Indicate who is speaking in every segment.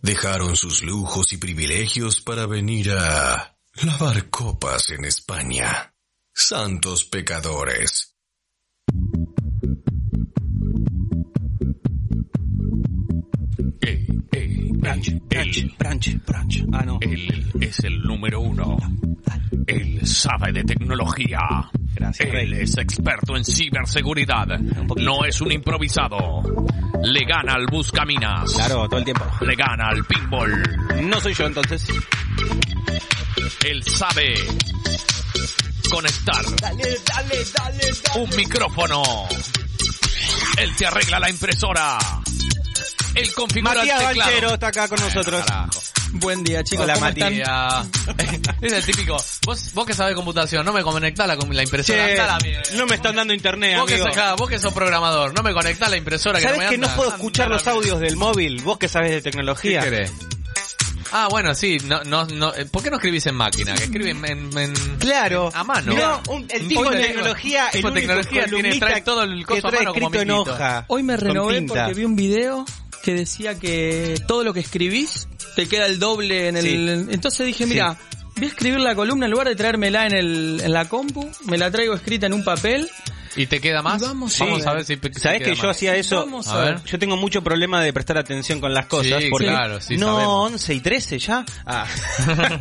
Speaker 1: dejaron sus lujos y privilegios para venir a lavar copas en España. Santos pecadores.
Speaker 2: Ey, ey,
Speaker 3: Branch,
Speaker 2: él,
Speaker 3: branch, branch, branch. Ah, no.
Speaker 2: E, él es el número uno. Él sabe de tecnología.
Speaker 3: Gracias,
Speaker 2: Él
Speaker 3: Rey.
Speaker 2: es experto en ciberseguridad.
Speaker 3: poquito.
Speaker 2: No es un improvisado. Le gana al buscaminas.
Speaker 3: Claro, todo el tiempo.
Speaker 2: Le gana al pinball.
Speaker 3: No soy yo entonces.
Speaker 2: Él sabe conectar
Speaker 3: Dale, dale, dale,
Speaker 2: un micrófono. Él te arregla la impresora. Él configura
Speaker 3: Matías
Speaker 2: el teclado.
Speaker 3: Banchero está acá con nosotros.
Speaker 4: Eh, Carajo. Buen día, chicos.
Speaker 3: Hola,
Speaker 4: ¿Cómo
Speaker 3: Mati.
Speaker 4: están? es el típico. Vos, vos que sabés computación, no me conectás la, la impresora.
Speaker 3: Che,
Speaker 4: Andá a la mierda.
Speaker 3: no me están dando internet,
Speaker 4: vos, que
Speaker 3: amigo.
Speaker 4: sos, claro, vos que sos programador, no me conectás la impresora. Que
Speaker 3: ¿Sabés
Speaker 4: no me
Speaker 3: que no
Speaker 4: anda?
Speaker 3: puedo
Speaker 4: Anda
Speaker 3: escuchar
Speaker 4: la
Speaker 3: los
Speaker 4: mierda.
Speaker 3: audios del móvil? Vos que sabés de
Speaker 4: ¿Qué
Speaker 3: tecnología.
Speaker 4: querés? Ah, bueno, sí. No, no, no, eh, ¿Por qué no escribís en máquina? Que escribís en, en- en-
Speaker 3: Claro.
Speaker 4: A mano.
Speaker 3: No, un- el
Speaker 4: Un
Speaker 3: tipo
Speaker 4: poco
Speaker 3: de
Speaker 4: de-
Speaker 3: tecnología, el
Speaker 4: tipo de
Speaker 3: único
Speaker 4: tecnología tiene-
Speaker 3: columnista
Speaker 4: trae todo el coso
Speaker 3: que
Speaker 4: a
Speaker 3: trae
Speaker 4: mano como
Speaker 3: escrito en
Speaker 4: amiguito.
Speaker 3: hoja.
Speaker 5: Hoy me
Speaker 3: con
Speaker 5: renové
Speaker 3: tinta.
Speaker 5: porque vi un video que decía que todo lo que escribís te queda el doble en el...
Speaker 3: Sí.
Speaker 5: Entonces dije, mira, voy a escribir la columna en lugar de traérmela en, el, en la compu, me la traigo escrita en un papel.
Speaker 4: ¿Y te queda más?
Speaker 5: Y vamos
Speaker 3: Sí.
Speaker 4: a ver si. si
Speaker 3: ¿Sabés
Speaker 4: queda
Speaker 3: que yo
Speaker 4: más.
Speaker 3: hacía eso?
Speaker 5: Vamos
Speaker 4: A ver.
Speaker 3: Yo tengo mucho problema de prestar atención con las cosas.
Speaker 4: Sí,
Speaker 3: porque
Speaker 4: claro, sí,
Speaker 3: No,
Speaker 4: sabemos.
Speaker 3: 11 y 13 ya. Ah.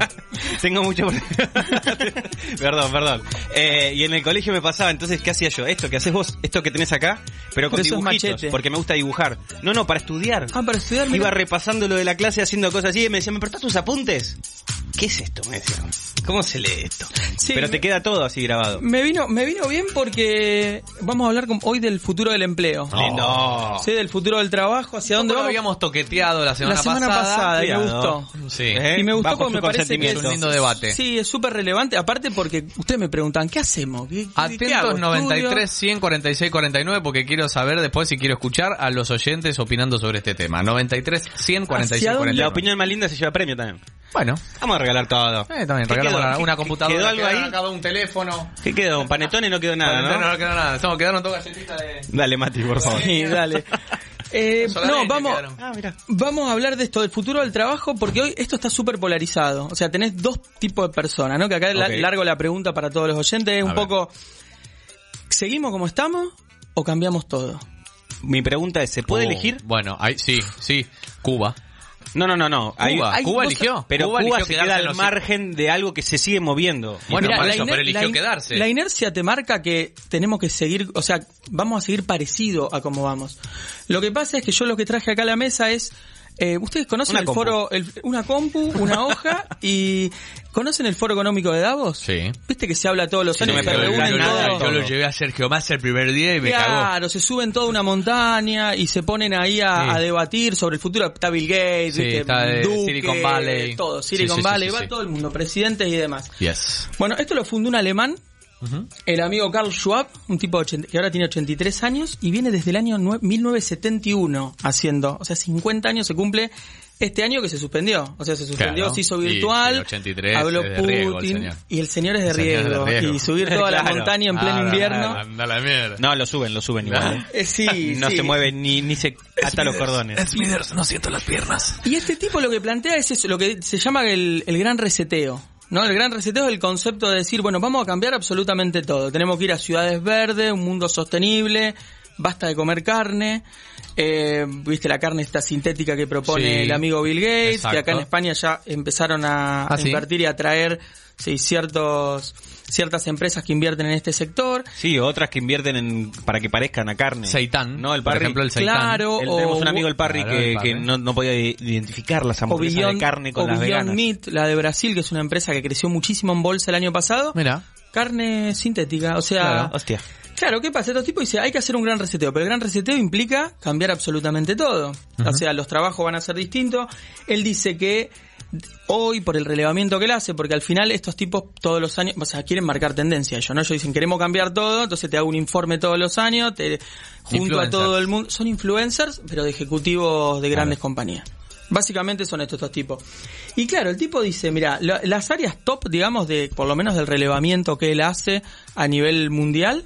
Speaker 3: tengo mucho problema. perdón, perdón. Eh, y en el colegio me pasaba, entonces, ¿qué hacía yo? Esto que haces vos, esto que tenés acá, pero con
Speaker 5: Pero eso es
Speaker 3: dibujitos,
Speaker 5: machete.
Speaker 3: porque me gusta dibujar. No, no, para estudiar.
Speaker 5: Ah, para estudiar, mirá.
Speaker 3: Iba repasando lo de la clase haciendo cosas así y me decían, ¿me prestás tus apuntes? ¿Qué es esto? Me decían, ¿cómo se lee esto?
Speaker 5: Sí,
Speaker 3: Pero te
Speaker 5: me-
Speaker 3: queda todo así grabado.
Speaker 5: Me vino, me vino bien porque vamos a hablar con- hoy del futuro del empleo.
Speaker 3: Lindo.
Speaker 5: Sí, del futuro del trabajo, hacia dónde
Speaker 4: Lo
Speaker 5: vamos.
Speaker 4: habíamos toqueteado la semana,
Speaker 5: la semana pasada, y me
Speaker 3: Cuidado.
Speaker 5: gustó.
Speaker 4: Sí.
Speaker 3: ¿Eh?
Speaker 5: Y me gustó
Speaker 3: Bajo
Speaker 5: porque
Speaker 3: su
Speaker 5: me parece que
Speaker 3: consentimiento.
Speaker 5: es
Speaker 4: Un lindo debate.
Speaker 5: Sí, es súper relevante. Aparte porque ustedes me preguntan, ¿qué hacemos? ¿Qué- qué- qué
Speaker 4: Atentos
Speaker 5: hago? ¿Estudio?
Speaker 4: 93 100 46 49 porque quiero saber después si quiero escuchar a los oyentes opinando sobre este tema. 93 100 46
Speaker 5: ¿Hacia dónde?
Speaker 3: La
Speaker 4: 49.
Speaker 3: opinión más linda se lleva premio también.
Speaker 4: Bueno,
Speaker 3: Vamos a regalar todo.
Speaker 4: eh, también
Speaker 3: ¿Qué quedó?
Speaker 4: regalamos una,
Speaker 3: ¿Qué-
Speaker 4: una
Speaker 3: qué-
Speaker 4: computadora,
Speaker 3: ¿Quedó algo
Speaker 4: quedaron
Speaker 3: ahí?
Speaker 4: acá un teléfono.
Speaker 3: ¿Qué quedó? ¿Un panetón y no quedó nada,
Speaker 4: no,
Speaker 3: no?
Speaker 4: no quedó nada. Estamos quedaron dos galletitas de
Speaker 3: Dale, Mati, por favor.
Speaker 5: Sí, dale. Eh,
Speaker 4: Solamente
Speaker 5: no, vamos,
Speaker 4: quedaron.
Speaker 3: Ah, mira.
Speaker 5: vamos a hablar de esto, del futuro del trabajo, porque hoy esto está súper polarizado. O sea, tenés dos tipos de personas, ¿no? Que acá la-
Speaker 3: Ok.
Speaker 5: largo la pregunta para todos los oyentes. Es un
Speaker 4: ver.
Speaker 5: poco, ¿seguimos como estamos o cambiamos todo?
Speaker 3: Mi pregunta es, ¿se puede
Speaker 4: Oh,
Speaker 3: elegir?
Speaker 4: Bueno, ahí sí, sí, Cuba.
Speaker 3: No, no, no, no. Hay-
Speaker 4: Cuba,
Speaker 3: hay-
Speaker 4: Cuba
Speaker 5: vos-
Speaker 4: eligió.
Speaker 3: pero Cuba,
Speaker 4: eligió
Speaker 3: se
Speaker 4: quedarse
Speaker 3: queda
Speaker 4: en
Speaker 3: al
Speaker 4: los-
Speaker 3: margen de algo que se sigue moviendo.
Speaker 4: Bueno,
Speaker 5: Mirá,
Speaker 4: por
Speaker 5: la
Speaker 4: eso,
Speaker 5: iner-
Speaker 4: pero eligió
Speaker 5: la in-
Speaker 4: quedarse.
Speaker 5: La inercia te marca que tenemos que seguir, o sea, vamos a seguir parecido a como vamos. Lo que pasa es que yo lo que traje acá a la mesa es, eh, ustedes conocen
Speaker 3: Una
Speaker 5: el
Speaker 3: compu.
Speaker 5: foro, el- una compu, una hoja y conocen el foro económico de Davos.
Speaker 4: Sí.
Speaker 5: Viste que se habla todos los
Speaker 3: Sí, no
Speaker 5: años,
Speaker 3: me
Speaker 5: se
Speaker 3: perdí
Speaker 5: reúnen
Speaker 3: nada de
Speaker 5: todos.
Speaker 3: todo.
Speaker 4: yo lo llevé a Sergio Massa el primer día y me cagó.
Speaker 5: Claro, se suben toda una montaña y se ponen ahí a,
Speaker 4: Sí.
Speaker 5: a debatir sobre el futuro. Está Bill Gates,
Speaker 4: Sí,
Speaker 5: ¿viste?
Speaker 4: está de
Speaker 5: Duque,
Speaker 4: Silicon Valley.
Speaker 5: todo,
Speaker 4: Sí,
Speaker 5: Silicon
Speaker 4: sí, sí,
Speaker 5: Valley,
Speaker 4: sí,
Speaker 5: va
Speaker 4: sí.
Speaker 5: todo el mundo, presidentes y demás.
Speaker 4: Yes.
Speaker 5: Bueno, esto lo fundó un alemán, el amigo Carl Schwab, un tipo de 80 que ahora tiene 83 años y viene desde el año nue- 1971 haciendo, o sea, 50 años se cumple este año que se suspendió, o sea, se suspendió,
Speaker 4: Claro.
Speaker 5: se hizo
Speaker 4: Y
Speaker 5: virtual,
Speaker 4: el 83
Speaker 5: habló
Speaker 4: es de
Speaker 5: Putin
Speaker 4: riego el señor.
Speaker 5: y el señor es de
Speaker 4: El señor es de
Speaker 5: riesgo,
Speaker 4: riego.
Speaker 5: y subir toda la
Speaker 3: Claro.
Speaker 5: montaña en pleno
Speaker 4: Ah,
Speaker 5: invierno.
Speaker 4: Anda la mierda.
Speaker 3: No, lo suben, lo suben igual.
Speaker 4: Ah.
Speaker 3: ¿eh?
Speaker 5: Eh, sí,
Speaker 3: no
Speaker 5: sí.
Speaker 3: se mueve ni, ni se ata los cordones.
Speaker 4: Smithers, no siento las piernas.
Speaker 5: Y este tipo lo que plantea es eso, lo que se llama el, el gran reseteo. ¿No? El gran reseteo es el concepto de decir, bueno, vamos a cambiar absolutamente todo. Tenemos que ir a ciudades verdes, un mundo sostenible, basta de comer carne. eh, Viste la carne esta sintética que propone
Speaker 4: Sí,
Speaker 5: el amigo Bill Gates,
Speaker 4: exacto.
Speaker 5: que acá en España ya empezaron a
Speaker 4: Ah, ¿sí?
Speaker 5: invertir y a traer sí, ciertos, ciertas empresas que invierten en este sector.
Speaker 3: Sí, otras que invierten en, para que parezcan a carne.
Speaker 4: Seitán.
Speaker 3: No, el
Speaker 4: Por
Speaker 3: Parry.
Speaker 4: ejemplo, el Seitán.
Speaker 5: Claro,
Speaker 3: El-
Speaker 5: o-
Speaker 3: tenemos un amigo, el Parry,
Speaker 4: Claro,
Speaker 3: que,
Speaker 4: el Parry.
Speaker 3: que no, no podía i- identificar las
Speaker 5: O
Speaker 3: hamburguesas
Speaker 5: Beyond-
Speaker 3: de carne con
Speaker 5: o
Speaker 3: las
Speaker 5: Beyond
Speaker 3: veganas.
Speaker 5: Meat, la de Brasil, que es una empresa que creció muchísimo en bolsa el año pasado.
Speaker 4: Mira.
Speaker 5: Carne sintética, o sea...
Speaker 4: Claro.
Speaker 3: Hostia.
Speaker 5: Claro, ¿qué pasa? Estos tipos dicen, hay que hacer un gran reseteo, pero el gran reseteo implica cambiar absolutamente todo. O sea, los trabajos van a ser distintos. Él dice que hoy, por el relevamiento que él hace, porque al final estos tipos todos los años, o sea, quieren marcar tendencia ellos, ¿no? Ellos dicen, queremos cambiar todo, entonces te hago un informe todos los años, te junto a
Speaker 4: Influencers.
Speaker 5: todo el mundo. Son influencers, pero de ejecutivos de grandes compañías. Básicamente son estos dos tipos. Y claro, el tipo dice, mira, la- las áreas top, digamos, de por lo menos del relevamiento que él hace a nivel mundial,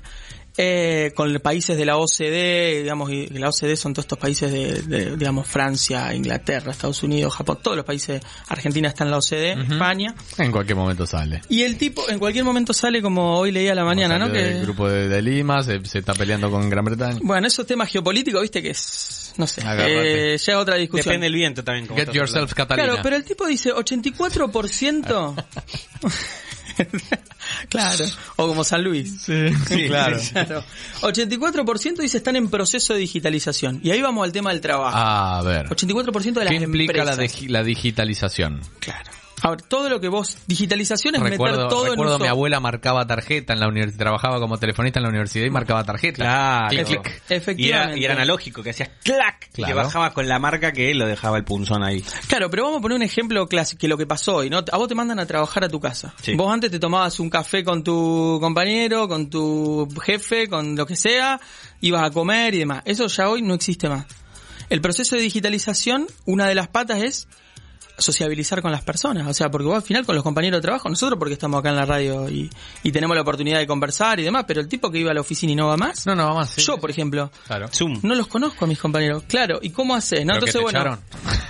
Speaker 5: eh, con países de la OCDE, digamos, y la OCDE son todos estos países de, de, digamos, Francia, Inglaterra, Estados Unidos, Japón, todos los países, Argentina está en la OCDE, España.
Speaker 4: En cualquier momento sale.
Speaker 5: Y el tipo en cualquier momento sale como hoy leía a la mañana, ¿no?
Speaker 4: El
Speaker 5: Que,
Speaker 4: grupo de, de Lima se, se está peleando con Gran Bretaña.
Speaker 5: bueno, esos temas geopolíticos, viste que es, no sé,
Speaker 4: Agarrate.
Speaker 5: eh, ya otra discusión.
Speaker 3: Depende del viento también. como
Speaker 4: Get
Speaker 3: estás
Speaker 4: yourself Catalina.
Speaker 5: Claro, pero el tipo dice 84%. claro, o como San Luis.
Speaker 3: hablando. Sí, claro.
Speaker 5: Claro. 84% dice están en proceso de digitalización. Y ahí vamos al tema del trabajo.
Speaker 4: A ver.
Speaker 5: 84% de las
Speaker 4: Ah. ¿Qué implica la,
Speaker 5: empresas.
Speaker 4: digi- la digitalización?
Speaker 5: Claro. Ahora, todo lo que vos digitalización es meter
Speaker 4: Recuerdo,
Speaker 5: todo en un
Speaker 4: recuerdo mi
Speaker 5: software.
Speaker 4: abuela marcaba tarjeta en la universidad, trabajaba como telefonista en la universidad y marcaba tarjeta.
Speaker 3: Claro.
Speaker 4: Clic,
Speaker 3: Y
Speaker 4: clic.
Speaker 3: era,
Speaker 5: Efectivamente.
Speaker 3: y era analógico, que hacías clac, y
Speaker 4: Claro.
Speaker 3: te bajaba con la marca que lo dejaba el punzón ahí.
Speaker 5: Claro, pero vamos a poner un ejemplo clásico que lo que pasó hoy, ¿no? A vos te mandan a trabajar a tu casa.
Speaker 3: Sí.
Speaker 5: Vos antes te tomabas un café con tu compañero, con tu jefe, con lo que sea, ibas a comer y demás. Eso ya hoy no existe más. El proceso de digitalización, una de las patas es sociabilizar con las personas, o sea, porque vos al final con los compañeros de trabajo, nosotros porque estamos acá en la radio y, y tenemos la oportunidad de conversar y demás, pero el tipo que iba a la oficina y no va más,
Speaker 4: No, no, vamos. sí.
Speaker 5: yo por ejemplo,
Speaker 4: Claro.
Speaker 3: Zoom.
Speaker 5: no los conozco a mis compañeros, claro, ¿y cómo haces? No,
Speaker 4: Pero que te
Speaker 5: entonces bueno,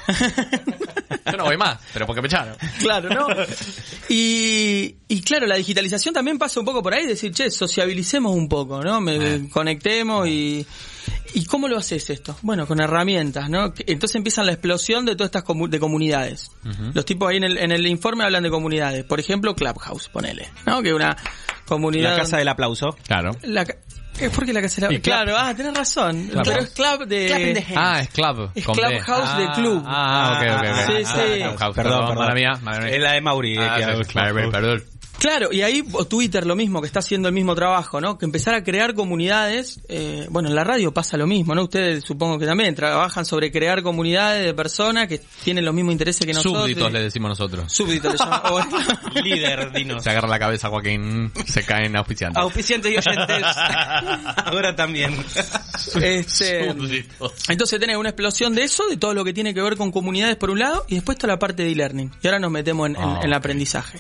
Speaker 4: echaron. Yo no voy más, pero porque me echaron.
Speaker 5: Claro, ¿no? Y, y claro, la digitalización también pasa un poco por ahí, decir, che, sociabilicemos un poco, ¿no? Me,
Speaker 4: Eh.
Speaker 5: Conectemos y... ¿Y cómo lo haces esto? Bueno, con herramientas, ¿no? Que- Entonces empiezan la explosión de todas estas comu- de comunidades. Los tipos ahí en el, en el informe hablan de comunidades. Por ejemplo, Clubhouse, ponele, ¿no? Que una comunidad...
Speaker 3: La casa del aplauso.
Speaker 4: Claro.
Speaker 5: la ca- es porque la casa de
Speaker 4: Y Club-
Speaker 5: la... Claro, ah, tenés razón.
Speaker 4: Clubhouse.
Speaker 5: Pero es club de...
Speaker 3: Clap in the hand.
Speaker 4: Ah, es club.
Speaker 5: Es
Speaker 4: con B.
Speaker 5: clubhouse de club.
Speaker 4: Ah, ok, ok. ok.
Speaker 5: Sí,
Speaker 4: Ah,
Speaker 5: sí.
Speaker 4: clubhouse,
Speaker 3: Perdón, perdón.
Speaker 4: Mala mía. mala mía.
Speaker 3: Es la de Mauri. eh,
Speaker 4: Ah,
Speaker 3: que
Speaker 4: sí,
Speaker 3: hago el
Speaker 4: claro,
Speaker 3: clubhouse.
Speaker 4: perdón.
Speaker 5: Claro, y ahí o Twitter lo mismo, que está haciendo el mismo trabajo, ¿no? Que empezar a crear comunidades, eh, bueno, en la radio pasa lo mismo, ¿no? Ustedes supongo que también trabajan sobre crear comunidades de personas que tienen los mismos intereses que nosotros.
Speaker 4: Súbditos le decimos nosotros.
Speaker 5: Súbditos le llaman. O-
Speaker 3: Líder, dinos.
Speaker 4: Se agarra la cabeza, Joaquín. Se caen auspiciantes.
Speaker 3: Auspiciantes y oyentes. Ahora también.
Speaker 5: este, entonces tenés una explosión de eso, de todo lo que tiene que ver con comunidades por un lado, y después está la parte de e-learning. Y ahora nos metemos en, en-
Speaker 4: Ah,
Speaker 5: en el
Speaker 4: ok.
Speaker 5: aprendizaje.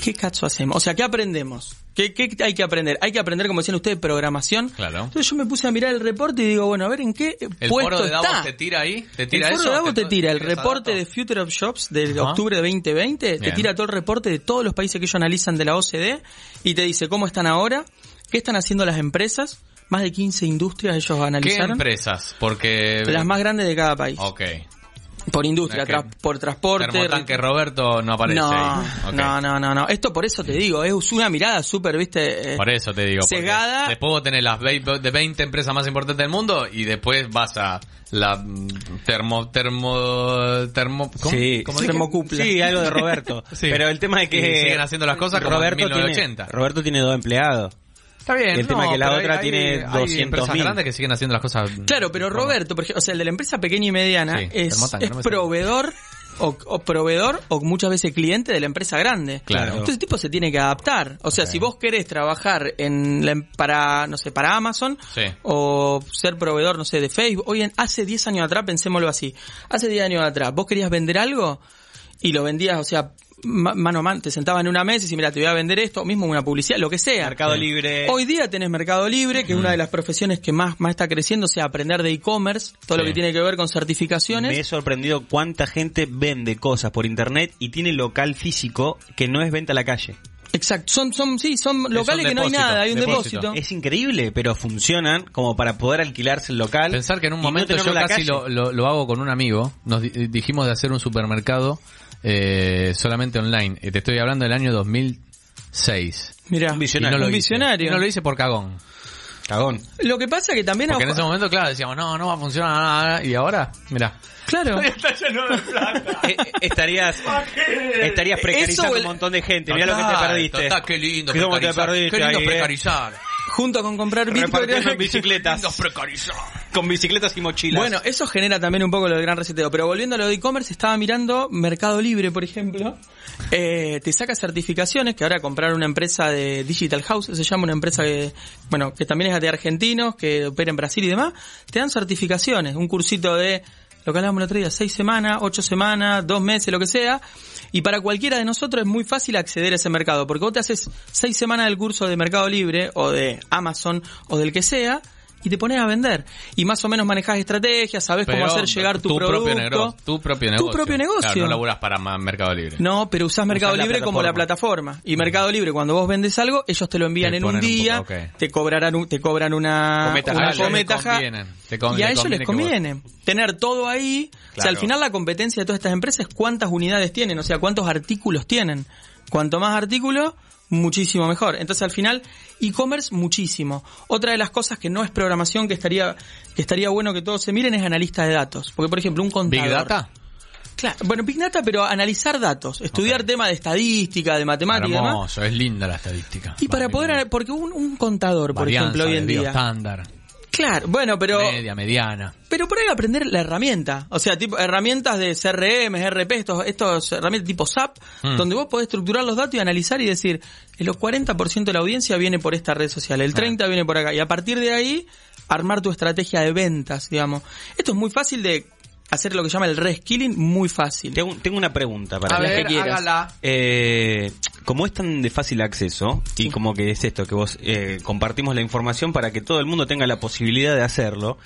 Speaker 5: ¿Qué cacho hacemos? O sea, ¿qué aprendemos? ¿Qué, ¿Qué hay que aprender? Hay que aprender, como decían ustedes, programación.
Speaker 4: Claro.
Speaker 5: Entonces yo me puse a mirar el reporte y digo, bueno, a ver en qué
Speaker 4: El
Speaker 5: puesto
Speaker 4: foro de Davos
Speaker 5: está.
Speaker 4: te tira ahí. Te
Speaker 5: el
Speaker 4: tira
Speaker 5: foro
Speaker 4: eso,
Speaker 5: de Davos te tira el
Speaker 4: tira esa
Speaker 5: reporte
Speaker 4: data.
Speaker 5: de Future of Jobs de
Speaker 4: Ajá.
Speaker 5: octubre de 2020, te
Speaker 4: Bien.
Speaker 5: tira todo el reporte de todos los países que ellos analizan de la OCDE y te dice cómo están ahora, qué están haciendo las empresas, más de 15 industrias ellos
Speaker 4: ¿Qué
Speaker 5: analizaron,
Speaker 4: empresas? Porque.
Speaker 5: las más grandes de cada país,
Speaker 4: Ok.
Speaker 5: por industria,
Speaker 4: Es Oh. que-
Speaker 5: tra- por transporte,
Speaker 4: Termotanque Roberto no aparece
Speaker 5: no,
Speaker 4: ahí. Ok.
Speaker 5: no, no, no, no. Esto por eso te digo, es una mirada súper, viste, eh,
Speaker 4: Por eso te digo. porque
Speaker 5: Sesgada.
Speaker 4: Después vos tenés las vei- de 20 empresas más importantes del mundo y después vas a la mm, termo, termo, termo, ¿cómo?
Speaker 3: Sí,
Speaker 4: ¿Cómo
Speaker 5: sí,
Speaker 4: dije?
Speaker 5: termocupla.
Speaker 3: Sí, algo de Roberto.
Speaker 4: Sí.
Speaker 3: Pero el tema es que.
Speaker 4: Y siguen haciendo las cosas como en 1980.
Speaker 3: Tiene, Roberto tiene dos empleados.
Speaker 4: Está bien.
Speaker 3: El tema es que la
Speaker 4: pero
Speaker 3: otra tiene
Speaker 4: Hay
Speaker 3: 200.000.
Speaker 4: empresas grandes que siguen haciendo las cosas.
Speaker 5: Claro, pero Roberto, por ejemplo, o sea, el de la empresa pequeña y mediana
Speaker 4: Mm. Sí,
Speaker 5: es,
Speaker 4: Termotanque,
Speaker 5: es
Speaker 4: no me sale.
Speaker 5: proveedor o, o proveedor o muchas veces cliente de la empresa grande.
Speaker 4: Claro.
Speaker 5: Entonces el tipo se tiene que adaptar. O sea, si vos querés trabajar en la em- para no sé, para Amazon
Speaker 4: Sí.
Speaker 5: o ser proveedor, no sé, de Facebook, hoy en hace 10 años atrás, pensémoslo así. Hace 10 años atrás, vos querías vender algo y lo vendías, o sea, ma- mano a mano, te sentabas en una mesa y decías, mira, te voy a vender esto, o mismo una publicidad, lo que sea.
Speaker 3: Mercado Libre.
Speaker 5: Hoy día tenés Mercado Libre, que es una de las profesiones que más, más está creciendo, o sea, aprender de e-commerce, todo lo
Speaker 4: Sí.
Speaker 5: que tiene que ver
Speaker 3: me
Speaker 5: con
Speaker 3: he
Speaker 5: certificaciones.
Speaker 3: sorprendido cuánta gente vende cosas por internet y tiene local físico que no es venta a la calle.
Speaker 5: Exacto, son, son, sí, son locales que no hay
Speaker 4: depósito,
Speaker 5: nada, hay un
Speaker 4: depósito.
Speaker 5: depósito.
Speaker 3: Es increíble, pero funcionan como para poder alquilarse el local.
Speaker 4: Pensar que en un
Speaker 3: y no
Speaker 4: momento
Speaker 3: tenerlo
Speaker 4: yo
Speaker 3: en la calle.
Speaker 4: casi lo, lo- lo hago con un amigo. Nos di- dijimos de hacer un supermercado eh, solamente online. Eh, Te estoy hablando del año 2006.
Speaker 5: Mirá,
Speaker 3: Un
Speaker 4: Y
Speaker 3: visionario.
Speaker 4: no lo
Speaker 5: un
Speaker 4: hice.
Speaker 5: visionario.
Speaker 4: Y no lo hice por cagón.
Speaker 3: Cagón.
Speaker 5: Lo que pasa que también...
Speaker 4: Porque en ese momento, claro, decíamos, no, no va a funcionar nada. Y ahora, mirá.
Speaker 5: Claro.
Speaker 3: Eh, eh, estarías, estarías
Speaker 5: Eso
Speaker 3: precarizando
Speaker 5: o el-
Speaker 3: un montón de gente. Mirá lo que te
Speaker 4: Total,
Speaker 3: perdiste.
Speaker 4: total, qué lindo
Speaker 3: ¿Cómo te
Speaker 4: precarizar.
Speaker 3: perdiste
Speaker 4: Qué lindo
Speaker 3: ahí, eh?
Speaker 4: precarizar.
Speaker 5: Junto con comprar Bitcoin.
Speaker 3: Repartiendo en bicicletas. Con bicicletas y mochilas.
Speaker 5: Bueno, eso genera también un poco lo del gran reseteo. Pero volviendo a lo de e-commerce, estaba mirando Mercado Libre, por ejemplo. Eh, te saca certificaciones, que ahora comprar una empresa de Digital House, se llama una empresa que, bueno, que también es de argentinos, que opera en Brasil y demás. Te dan certificaciones, un cursito de lo que hablábamos el otro día, seis semanas, ocho semanas, dos meses, lo que sea. Y para cualquiera de nosotros es muy fácil acceder a ese mercado, porque vos te haces seis semanas del curso de Mercado Libre o de Amazon o del que sea. Y te pones a vender. Y más o menos manejás estrategias, sabes cómo
Speaker 4: Pero
Speaker 5: hacer llegar tu, producto.
Speaker 4: propio negocio, tu propio negocio.
Speaker 5: propio negocio.
Speaker 4: Claro, no laburas para ma- Mercado Libre.
Speaker 5: No, pero usás Mercado
Speaker 3: la
Speaker 5: Libre como la plataforma. Y Mercado Libre, cuando vos vendes algo, ellos te lo envían
Speaker 4: Te
Speaker 5: en un
Speaker 4: ponen un
Speaker 5: día,
Speaker 4: poco, ok.
Speaker 5: te cobrarán un- te cobran una
Speaker 3: Cometa
Speaker 5: una
Speaker 4: A ellos les
Speaker 5: cometa ja-
Speaker 4: conviene, te con-
Speaker 5: y a
Speaker 4: les
Speaker 5: ellos les
Speaker 4: conviene
Speaker 5: conviene tener todo ahí. O sea, al
Speaker 3: Claro.
Speaker 5: final la competencia de todas estas empresas es cuántas unidades tienen, o sea, cuántos artículos tienen. Cuanto más artículos, muchísimo mejor. Entonces, al final, e-commerce muchísimo. Otra de las cosas que no es programación que estaría que estaría bueno que todos se miren es analista de datos, porque por ejemplo, un
Speaker 4: que vos-
Speaker 5: contador
Speaker 4: Big Data.
Speaker 5: Claro, bueno, Big Data, pero analizar datos, estudiar temas de estadística, de matemática y demás.
Speaker 4: Hermoso, es linda la estadística.
Speaker 5: Y para
Speaker 4: Vale,
Speaker 5: poder,
Speaker 4: bien.
Speaker 5: ana- porque un, un contador, por
Speaker 4: Varianza,
Speaker 5: ejemplo, hoy en
Speaker 4: desvío
Speaker 5: día.
Speaker 4: estándar,
Speaker 5: Claro, bueno, pero
Speaker 4: media, mediana.
Speaker 5: pero por ahí aprender la herramienta, o sea, tipo herramientas de CRM, RP, estos estos herramientas tipo SAP,
Speaker 4: Mm.
Speaker 5: donde vos podés estructurar los datos y analizar y decir, el 40% de la audiencia viene por esta red social, el 30 viene por acá y a partir de ahí armar tu estrategia de ventas, digamos. Esto es muy fácil de hacer lo que se llama el reskilling, muy fácil.
Speaker 3: Tengo, tengo una pregunta para
Speaker 5: A
Speaker 3: ti.
Speaker 5: ver, que quieras. hágala.
Speaker 3: Eh, como es tan de fácil acceso y como que es esto que vos eh, compartimos la información para que todo el mundo tenga la posibilidad de hacerlo.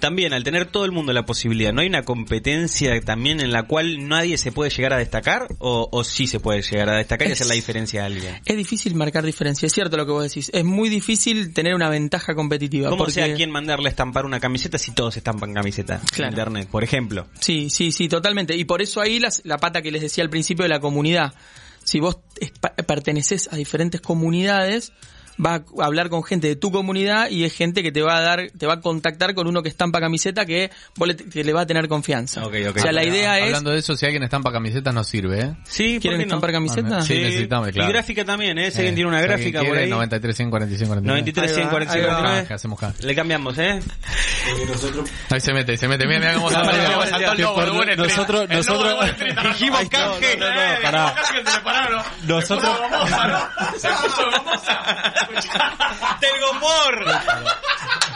Speaker 3: También al tener todo el mundo la posibilidad, ¿no hay una competencia también en la cual nadie se puede llegar a destacar o, o sí se puede llegar a destacar y hacer la diferencia a alguien?
Speaker 5: Es difícil marcar diferencia, es cierto lo que vos decís. Es muy difícil tener una ventaja competitiva.
Speaker 3: ¿Cómo
Speaker 5: porque-
Speaker 3: sea quién mandarle a estampar una camiseta si todos estampan camiseta
Speaker 5: Claro.
Speaker 3: en internet, por ejemplo?
Speaker 5: Sí, sí, sí, totalmente. Y por eso ahí las- la pata que les decía al principio de la comunidad. Si vos es- pa- perteneces a diferentes comunidades, vas a hablar con gente de tu comunidad y es gente que te va a dar, te va a contactar con uno que estampa camiseta que, vos le, que le va a tener confianza.
Speaker 3: Ok, ok.
Speaker 5: O sea, la
Speaker 3: Ahora,
Speaker 5: idea es...
Speaker 4: Hablando de eso, si alguien estampa camisetas no sirve, ¿eh?
Speaker 3: Sí, ¿por
Speaker 5: ¿Quieren
Speaker 3: qué no?
Speaker 5: estampar camiseta?
Speaker 4: Ah, Sí, necesitamos, claro.
Speaker 3: Y gráfica también, ¿eh? Si
Speaker 4: Eh,
Speaker 3: alguien tiene una
Speaker 4: si alguien
Speaker 3: gráfica
Speaker 4: quiere,
Speaker 3: por ahí.
Speaker 4: 93, 100, 45, 49.
Speaker 3: 93,
Speaker 5: Ahí va,
Speaker 3: 140,
Speaker 5: ahí va.
Speaker 3: 49.
Speaker 4: Canje, hacemos canje.
Speaker 3: Le cambiamos, ¿eh?
Speaker 4: Ahí se mete, ahí se mete. Mira, mira cómo
Speaker 3: No,
Speaker 4: saltó.
Speaker 3: no,
Speaker 4: mira cómo
Speaker 3: no,
Speaker 4: saltó el
Speaker 3: no,
Speaker 4: lobo de
Speaker 6: no,
Speaker 4: Wall Street.
Speaker 6: nosotros-
Speaker 4: El lobo de
Speaker 6: nosotros-
Speaker 4: Wall Street.
Speaker 3: Dijimos
Speaker 6: Ay, no,
Speaker 3: canje.
Speaker 6: no, no, no,
Speaker 3: eh,
Speaker 6: pará.
Speaker 3: dijimos canje, se le pararon.
Speaker 6: Nosotros,
Speaker 3: ¡Del gomor!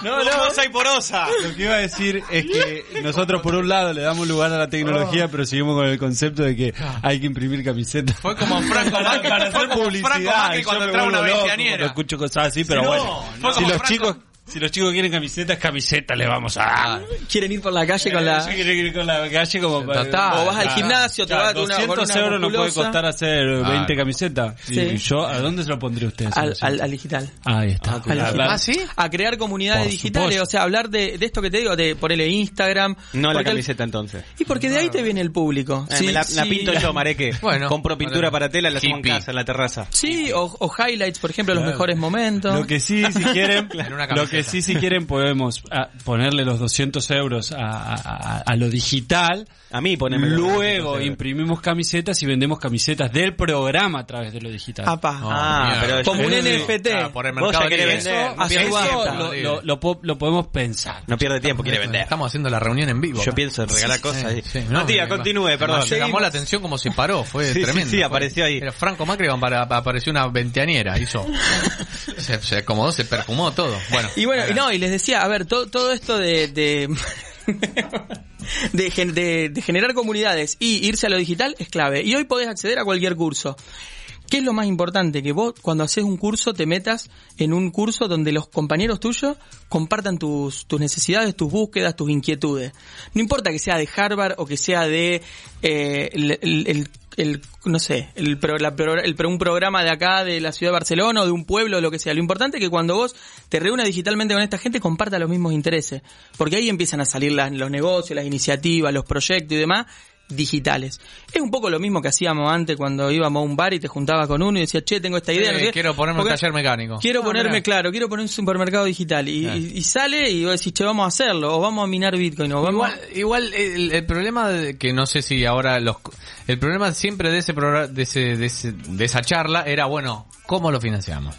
Speaker 3: No, no. Gomosa y porosa.
Speaker 6: lo que iba a decir es que nosotros por un lado le damos lugar a la tecnología, pero seguimos con el concepto de que hay que imprimir camisetas.
Speaker 4: Fue como Franco Macri.
Speaker 6: Para
Speaker 4: fue como
Speaker 6: hacer
Speaker 4: Franco
Speaker 6: publicidad,
Speaker 4: Macri
Speaker 6: yo
Speaker 4: cuando
Speaker 6: me
Speaker 4: entraba una
Speaker 6: vuelvo loco cuando
Speaker 4: veinteañera.
Speaker 6: escucho cosas así, pero
Speaker 4: No,
Speaker 6: bueno.
Speaker 4: fue como
Speaker 6: si los
Speaker 4: Franco.
Speaker 6: chicos, si los chicos quieren camisetas, camisetas le vamos a dar.
Speaker 5: Quieren ir por la calle con la...
Speaker 6: Yo quiero ir con la calle como para-
Speaker 4: Total.
Speaker 5: O vas al
Speaker 6: Ah,
Speaker 5: gimnasio, te
Speaker 6: ya,
Speaker 5: vas a dar una-
Speaker 6: 200
Speaker 5: con una
Speaker 6: euros no puede
Speaker 5: musculosa.
Speaker 6: costar hacer 20 camisetas.
Speaker 5: Sí.
Speaker 6: Y yo, ¿a dónde se lo pondría usted?
Speaker 5: Al, al- al digital.
Speaker 6: Ahí está.
Speaker 5: Al
Speaker 6: Ah,
Speaker 5: digital.
Speaker 6: claro.
Speaker 5: A crear comunidades
Speaker 6: Por
Speaker 5: digitales,
Speaker 6: supuesto.
Speaker 5: o sea, hablar de, de esto que te digo, de ponerle Instagram.
Speaker 3: No la
Speaker 5: porque al-
Speaker 3: camiseta entonces.
Speaker 5: Y porque de ahí
Speaker 6: Ah.
Speaker 5: te viene el público.
Speaker 3: Eh,
Speaker 5: Sí,
Speaker 3: me la, la
Speaker 5: sí.
Speaker 3: pinto yo, Mareque.
Speaker 4: Bueno.
Speaker 3: Compro pintura
Speaker 4: Vale.
Speaker 3: para tela, la hacemos en
Speaker 4: Hippie.
Speaker 3: casa, en la terraza.
Speaker 5: Sí, o, o highlights, por ejemplo, los mejores momentos.
Speaker 6: Lo que sí, si quieren,
Speaker 4: En una
Speaker 6: lo
Speaker 4: camiseta.
Speaker 6: que sí, si quieren, podemos ah, ponerle los 200 euros a, a- a- a lo digital.
Speaker 3: A mí poneme.
Speaker 6: Luego imprimimos camisetas y vendemos camisetas del programa a través de lo digital.
Speaker 5: Apa.
Speaker 3: Ah,
Speaker 4: mierda.
Speaker 3: pero
Speaker 5: Como un
Speaker 6: eso-
Speaker 5: NFT.
Speaker 4: Ah, por el
Speaker 3: Vos ya
Speaker 4: mercado
Speaker 3: querés
Speaker 4: libre.
Speaker 3: vender.
Speaker 4: Eso,
Speaker 5: a su
Speaker 4: piensa-
Speaker 5: gusto.
Speaker 6: Lo, lo- lo po- lo podemos pensar.
Speaker 3: No pierde tiempo, quiere vender.
Speaker 4: Estamos haciendo la reunión en vivo.
Speaker 3: Yo pienso en regalar cosas.
Speaker 4: Sí, sí,
Speaker 3: ahí.
Speaker 4: no,
Speaker 3: no, tía,
Speaker 4: me-
Speaker 3: continúe,
Speaker 4: me-
Speaker 3: perdón.
Speaker 4: Me llamó la atención como se paró, fue
Speaker 3: Sí, sí,
Speaker 4: tremendo.
Speaker 3: sí,
Speaker 4: fue-
Speaker 3: apareció ahí.
Speaker 4: Era Franco Macri para, apareció una ventaneera, hizo. se, se acomodó, se perfumó todo. Bueno.
Speaker 5: Y bueno, y no, y les decía, a ver, todo, todo esto de... de... De, gen- de- de generar comunidades y irse a lo digital es clave. Y hoy podés acceder a cualquier curso. ¿Qué es lo más importante? Que vos cuando haces un curso te metas en un curso donde los compañeros tuyos compartan tus, tus necesidades, tus búsquedas, tus inquietudes. No importa que sea de Harvard o que sea de eh, el, el- el- el- no sé, el, pro- la pro- el pro- un programa de acá, de la ciudad de Barcelona o de un pueblo, lo que sea. Lo importante es que cuando vos te reúnas digitalmente con esta gente, comparta los mismos intereses. Porque ahí empiezan a salir las- los negocios, las iniciativas, los proyectos y demás digitales. Es un poco lo mismo que hacíamos antes cuando íbamos a un bar y te juntabas con uno y decías, che, tengo esta idea.
Speaker 4: Sí,
Speaker 5: no sé qué".
Speaker 4: quiero ponerme un
Speaker 5: Porque
Speaker 4: taller mecánico.
Speaker 5: Quiero
Speaker 4: Ah,
Speaker 5: ponerme,
Speaker 4: mirá.
Speaker 5: claro, quiero poner un supermercado digital. Y,
Speaker 4: Ah.
Speaker 5: y- y sale y vos decís, che, vamos a hacerlo, o vamos a minar Bitcoin, o vamos...
Speaker 4: Igual, igual el, el problema de- que no sé si ahora los el problema siempre de ese programa de, ese- de, ese- de esa charla era bueno cómo lo financiamos.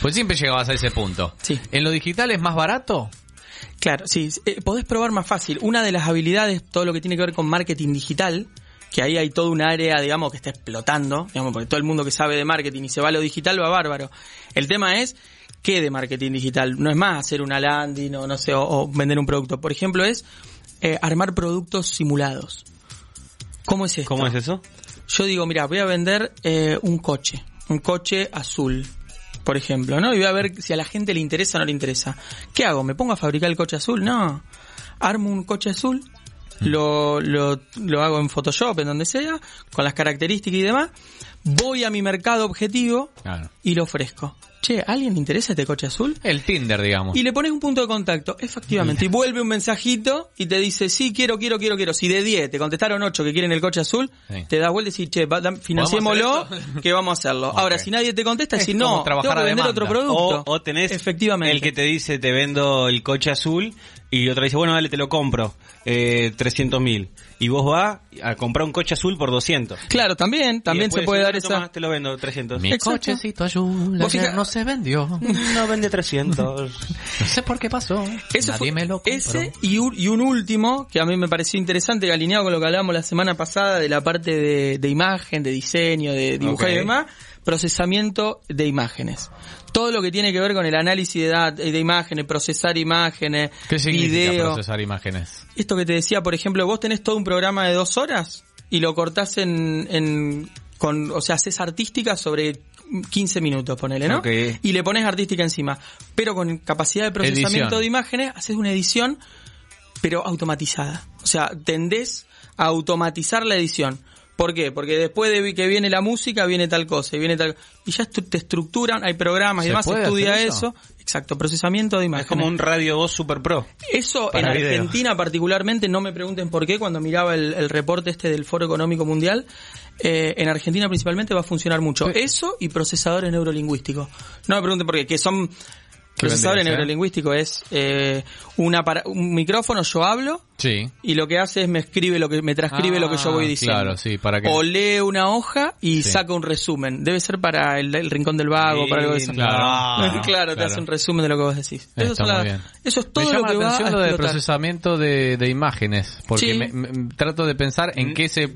Speaker 4: Pues siempre llegabas a ese punto.
Speaker 5: Sí.
Speaker 4: En lo digital es más barato.
Speaker 5: Claro, sí, eh, podés probar más fácil. Una de las habilidades, todo lo que tiene que ver con marketing digital, que ahí hay toda un área, digamos, que está explotando, digamos, porque todo el mundo que sabe de marketing y se va a lo digital va bárbaro. El tema es, ¿qué de marketing digital? No es más hacer una landing o no sé, o, o vender un producto. Por ejemplo, es eh, armar productos simulados. ¿Cómo es esto?
Speaker 3: ¿Cómo es eso?
Speaker 5: Yo digo, mira, voy a vender eh, un coche, un coche azul, por ejemplo, ¿no? Y voy a ver si a la gente le interesa o no le interesa. ¿Qué hago? ¿Me pongo a fabricar el coche azul? No. Armo un coche azul, lo, lo, lo hago en Photoshop, en donde sea, con las características y demás. Voy a mi mercado objetivo
Speaker 4: Claro.
Speaker 5: y lo ofrezco. Che, ¿a alguien le interesa este coche azul?
Speaker 4: El Tinder, digamos.
Speaker 5: Y le pones un punto de contacto, efectivamente. Y vuelve un mensajito y te dice, sí, quiero, quiero, quiero, quiero. Si de 10 te contestaron 8 que quieren el coche azul,
Speaker 4: Sí.
Speaker 5: te das vuelta y decís, che, va- dam- financiémoslo,
Speaker 4: ¿Vamos a hacer esto?
Speaker 5: que vamos a hacerlo. Ahora, si nadie te contesta,
Speaker 4: Es
Speaker 5: decís,
Speaker 4: como
Speaker 5: no, tengo
Speaker 4: trabajar
Speaker 5: que
Speaker 4: a
Speaker 5: vender
Speaker 4: demanda.
Speaker 5: otro
Speaker 3: O,
Speaker 5: producto.
Speaker 3: o tenés
Speaker 5: efectivamente.
Speaker 3: el que te dice te vendo el coche azul y otro dice, bueno, dale, te lo compro, eh, 300 mil. Y vos vas a comprar un coche azul por 200.
Speaker 5: Claro, también, también
Speaker 3: Y
Speaker 5: se
Speaker 3: después
Speaker 5: puede
Speaker 3: decís,
Speaker 5: dar
Speaker 3: "Bueno,
Speaker 5: esa...
Speaker 3: tomá, te lo vendo, 300.
Speaker 4: Mi
Speaker 5: Exacto.
Speaker 4: cochecito azul
Speaker 5: Vos
Speaker 4: ayer
Speaker 5: fija-
Speaker 4: no se vendió.
Speaker 3: No vende 300.
Speaker 4: No sé por qué pasó.
Speaker 5: Eso
Speaker 4: Nadie
Speaker 5: fue-
Speaker 4: me lo compró.
Speaker 5: ese y un, y un último que a mí me pareció interesante, que alineado con lo que hablábamos la semana pasada de la parte de, de imagen, de diseño, de dibujar y
Speaker 3: Ok.
Speaker 5: demás, procesamiento de imágenes. Todo lo que tiene que ver con el análisis de, dat- de imágenes, procesar imágenes,
Speaker 4: ¿Qué significa
Speaker 5: video.
Speaker 4: procesar imágenes?
Speaker 5: Esto que te decía, por ejemplo, vos tenés todo un programa de dos horas y lo cortás en, en- con, o sea, haces artística sobre 15 minutos, ponele, ¿no?
Speaker 3: Ok.
Speaker 5: Y le pones artística encima. Pero con capacidad de procesamiento
Speaker 4: Edición.
Speaker 5: de imágenes, haces una edición, pero automatizada. O sea, tendés a automatizar la edición. ¿Por qué? Porque después de que viene la música, viene tal cosa, y viene tal... Y ya estru- te estructuran, hay programas y
Speaker 4: ¿Se
Speaker 5: demás,
Speaker 4: puede
Speaker 5: estudia
Speaker 4: hacer
Speaker 5: eso?
Speaker 4: eso?
Speaker 5: Exacto, procesamiento de imágenes.
Speaker 3: es como un radio voz super pro.
Speaker 5: Eso en
Speaker 3: Para video.
Speaker 5: Argentina particularmente, no me pregunten por qué, cuando miraba el, el reporte este del Foro Económico Mundial, eh, en Argentina principalmente va a funcionar mucho. Eso y procesadores neurolingüísticos. No me pregunten por qué, que son
Speaker 4: vendría
Speaker 5: procesadores
Speaker 4: a ser?
Speaker 5: neurolingüísticos, es eh, una para- un micrófono, yo hablo.
Speaker 4: Sí.
Speaker 5: Y lo que hace es me escribe lo que me transcribe
Speaker 4: Ah,
Speaker 5: lo que yo voy diciendo.
Speaker 4: claro, sí, para que-
Speaker 5: O lee una hoja y
Speaker 4: Sí.
Speaker 5: saca un resumen. Debe ser para el, el rincón del vago, para algo de eso.
Speaker 3: Claro.
Speaker 5: claro, te
Speaker 4: claro.
Speaker 5: hace un resumen de lo que vos decís. Eso,
Speaker 4: Está
Speaker 5: es la-
Speaker 4: muy bien.
Speaker 5: eso es todo
Speaker 4: me llama
Speaker 5: lo que
Speaker 4: la
Speaker 5: va
Speaker 4: atención
Speaker 5: a
Speaker 4: lo de
Speaker 5: explotar.
Speaker 4: procesamiento de, de imágenes, porque
Speaker 5: Sí. Mm.
Speaker 4: me- me- trato de pensar en qué se,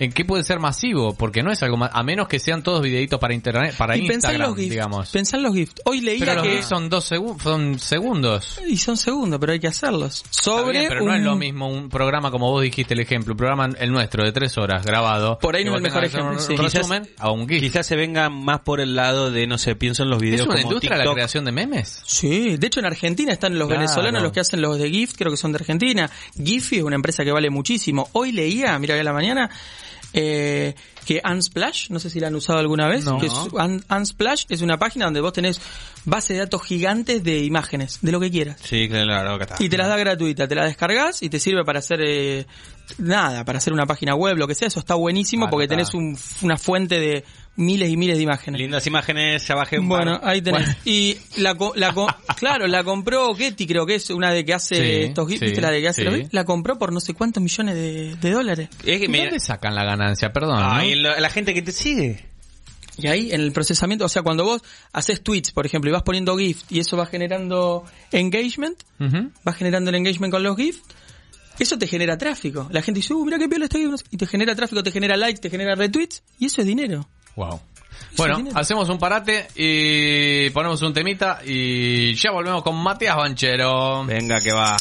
Speaker 4: en qué puede ser masivo, porque no es algo más, a menos que sean todos videitos para internet, para
Speaker 5: y pensá en
Speaker 4: Instagram,
Speaker 5: los GIFs.
Speaker 4: digamos.
Speaker 5: Pensá en los GIFs. Hoy
Speaker 4: Pero
Speaker 5: leía
Speaker 4: los
Speaker 5: que...
Speaker 4: GIFs son dos segun- son segundos.
Speaker 5: Y son segundos, pero hay que hacerlos.
Speaker 4: Está
Speaker 5: Sobre
Speaker 4: bien, pero no
Speaker 5: un-
Speaker 4: es lo mismo un programa como vos dijiste el ejemplo, un programa el nuestro de tres horas grabado.
Speaker 5: Por ahí
Speaker 4: que
Speaker 5: no es
Speaker 4: vos
Speaker 5: el mejor
Speaker 4: tengas que hacer
Speaker 5: ejemplo,
Speaker 4: Un
Speaker 5: sí.
Speaker 4: resumen a un GIF.
Speaker 3: Quizás se venga más por el lado de, no sé, pienso en los videos
Speaker 4: ¿Es una
Speaker 3: como
Speaker 4: industria la
Speaker 3: TikTok.
Speaker 4: creación de memes?
Speaker 5: Sí, de hecho en Argentina están los
Speaker 3: Claro.
Speaker 5: venezolanos los que hacen los de GIF, creo que son de Argentina. Giphy es una empresa que vale muchísimo. Hoy leía, mira, hoy a la mañana, eh, que Unsplash, no sé si la han usado alguna vez,
Speaker 4: No.
Speaker 5: que es- Un- Unsplash es una página donde vos tenés base de datos gigantes de imágenes, de lo que quieras.
Speaker 3: Sí, claro, acá está.
Speaker 5: Y te las da gratuita, te las descargas y te sirve para hacer eh, nada, para hacer una página web, lo que sea. Eso está buenísimo
Speaker 4: Ah,
Speaker 5: porque
Speaker 4: está.
Speaker 5: tenés un- una fuente de miles y miles de imágenes.
Speaker 3: Lindas imágenes, ya bajé un
Speaker 5: Bueno,
Speaker 3: par.
Speaker 5: ahí tenés. Y la, co- la co- claro, la compró Getty, creo que es una de que hace
Speaker 4: Sí,
Speaker 5: estos gifs,
Speaker 4: sí,
Speaker 5: ¿viste la de que hace
Speaker 4: sí.
Speaker 5: los gifs? La compró por no sé cuántos millones de, de dólares.
Speaker 3: Es que,
Speaker 4: ¿Y
Speaker 3: mira,
Speaker 4: ¿Dónde sacan la ganancia? Perdón.
Speaker 3: ah,
Speaker 4: ¿no?
Speaker 3: y la, la gente que te sigue.
Speaker 5: Y ahí en el procesamiento, o sea, cuando vos haces tweets, por ejemplo, y vas poniendo GIF y eso va generando engagement,
Speaker 4: Ujú.
Speaker 5: va generando el engagement con los GIF, eso te genera tráfico. La gente dice, uh, mira qué piola está GIF, no sé- y te genera tráfico, te genera likes, te genera retweets, y eso es dinero.
Speaker 4: Wow. Bueno,
Speaker 5: tiene-
Speaker 4: hacemos un parate y ponemos un temita y ya volvemos con Matías Banchero.
Speaker 3: Venga, que va.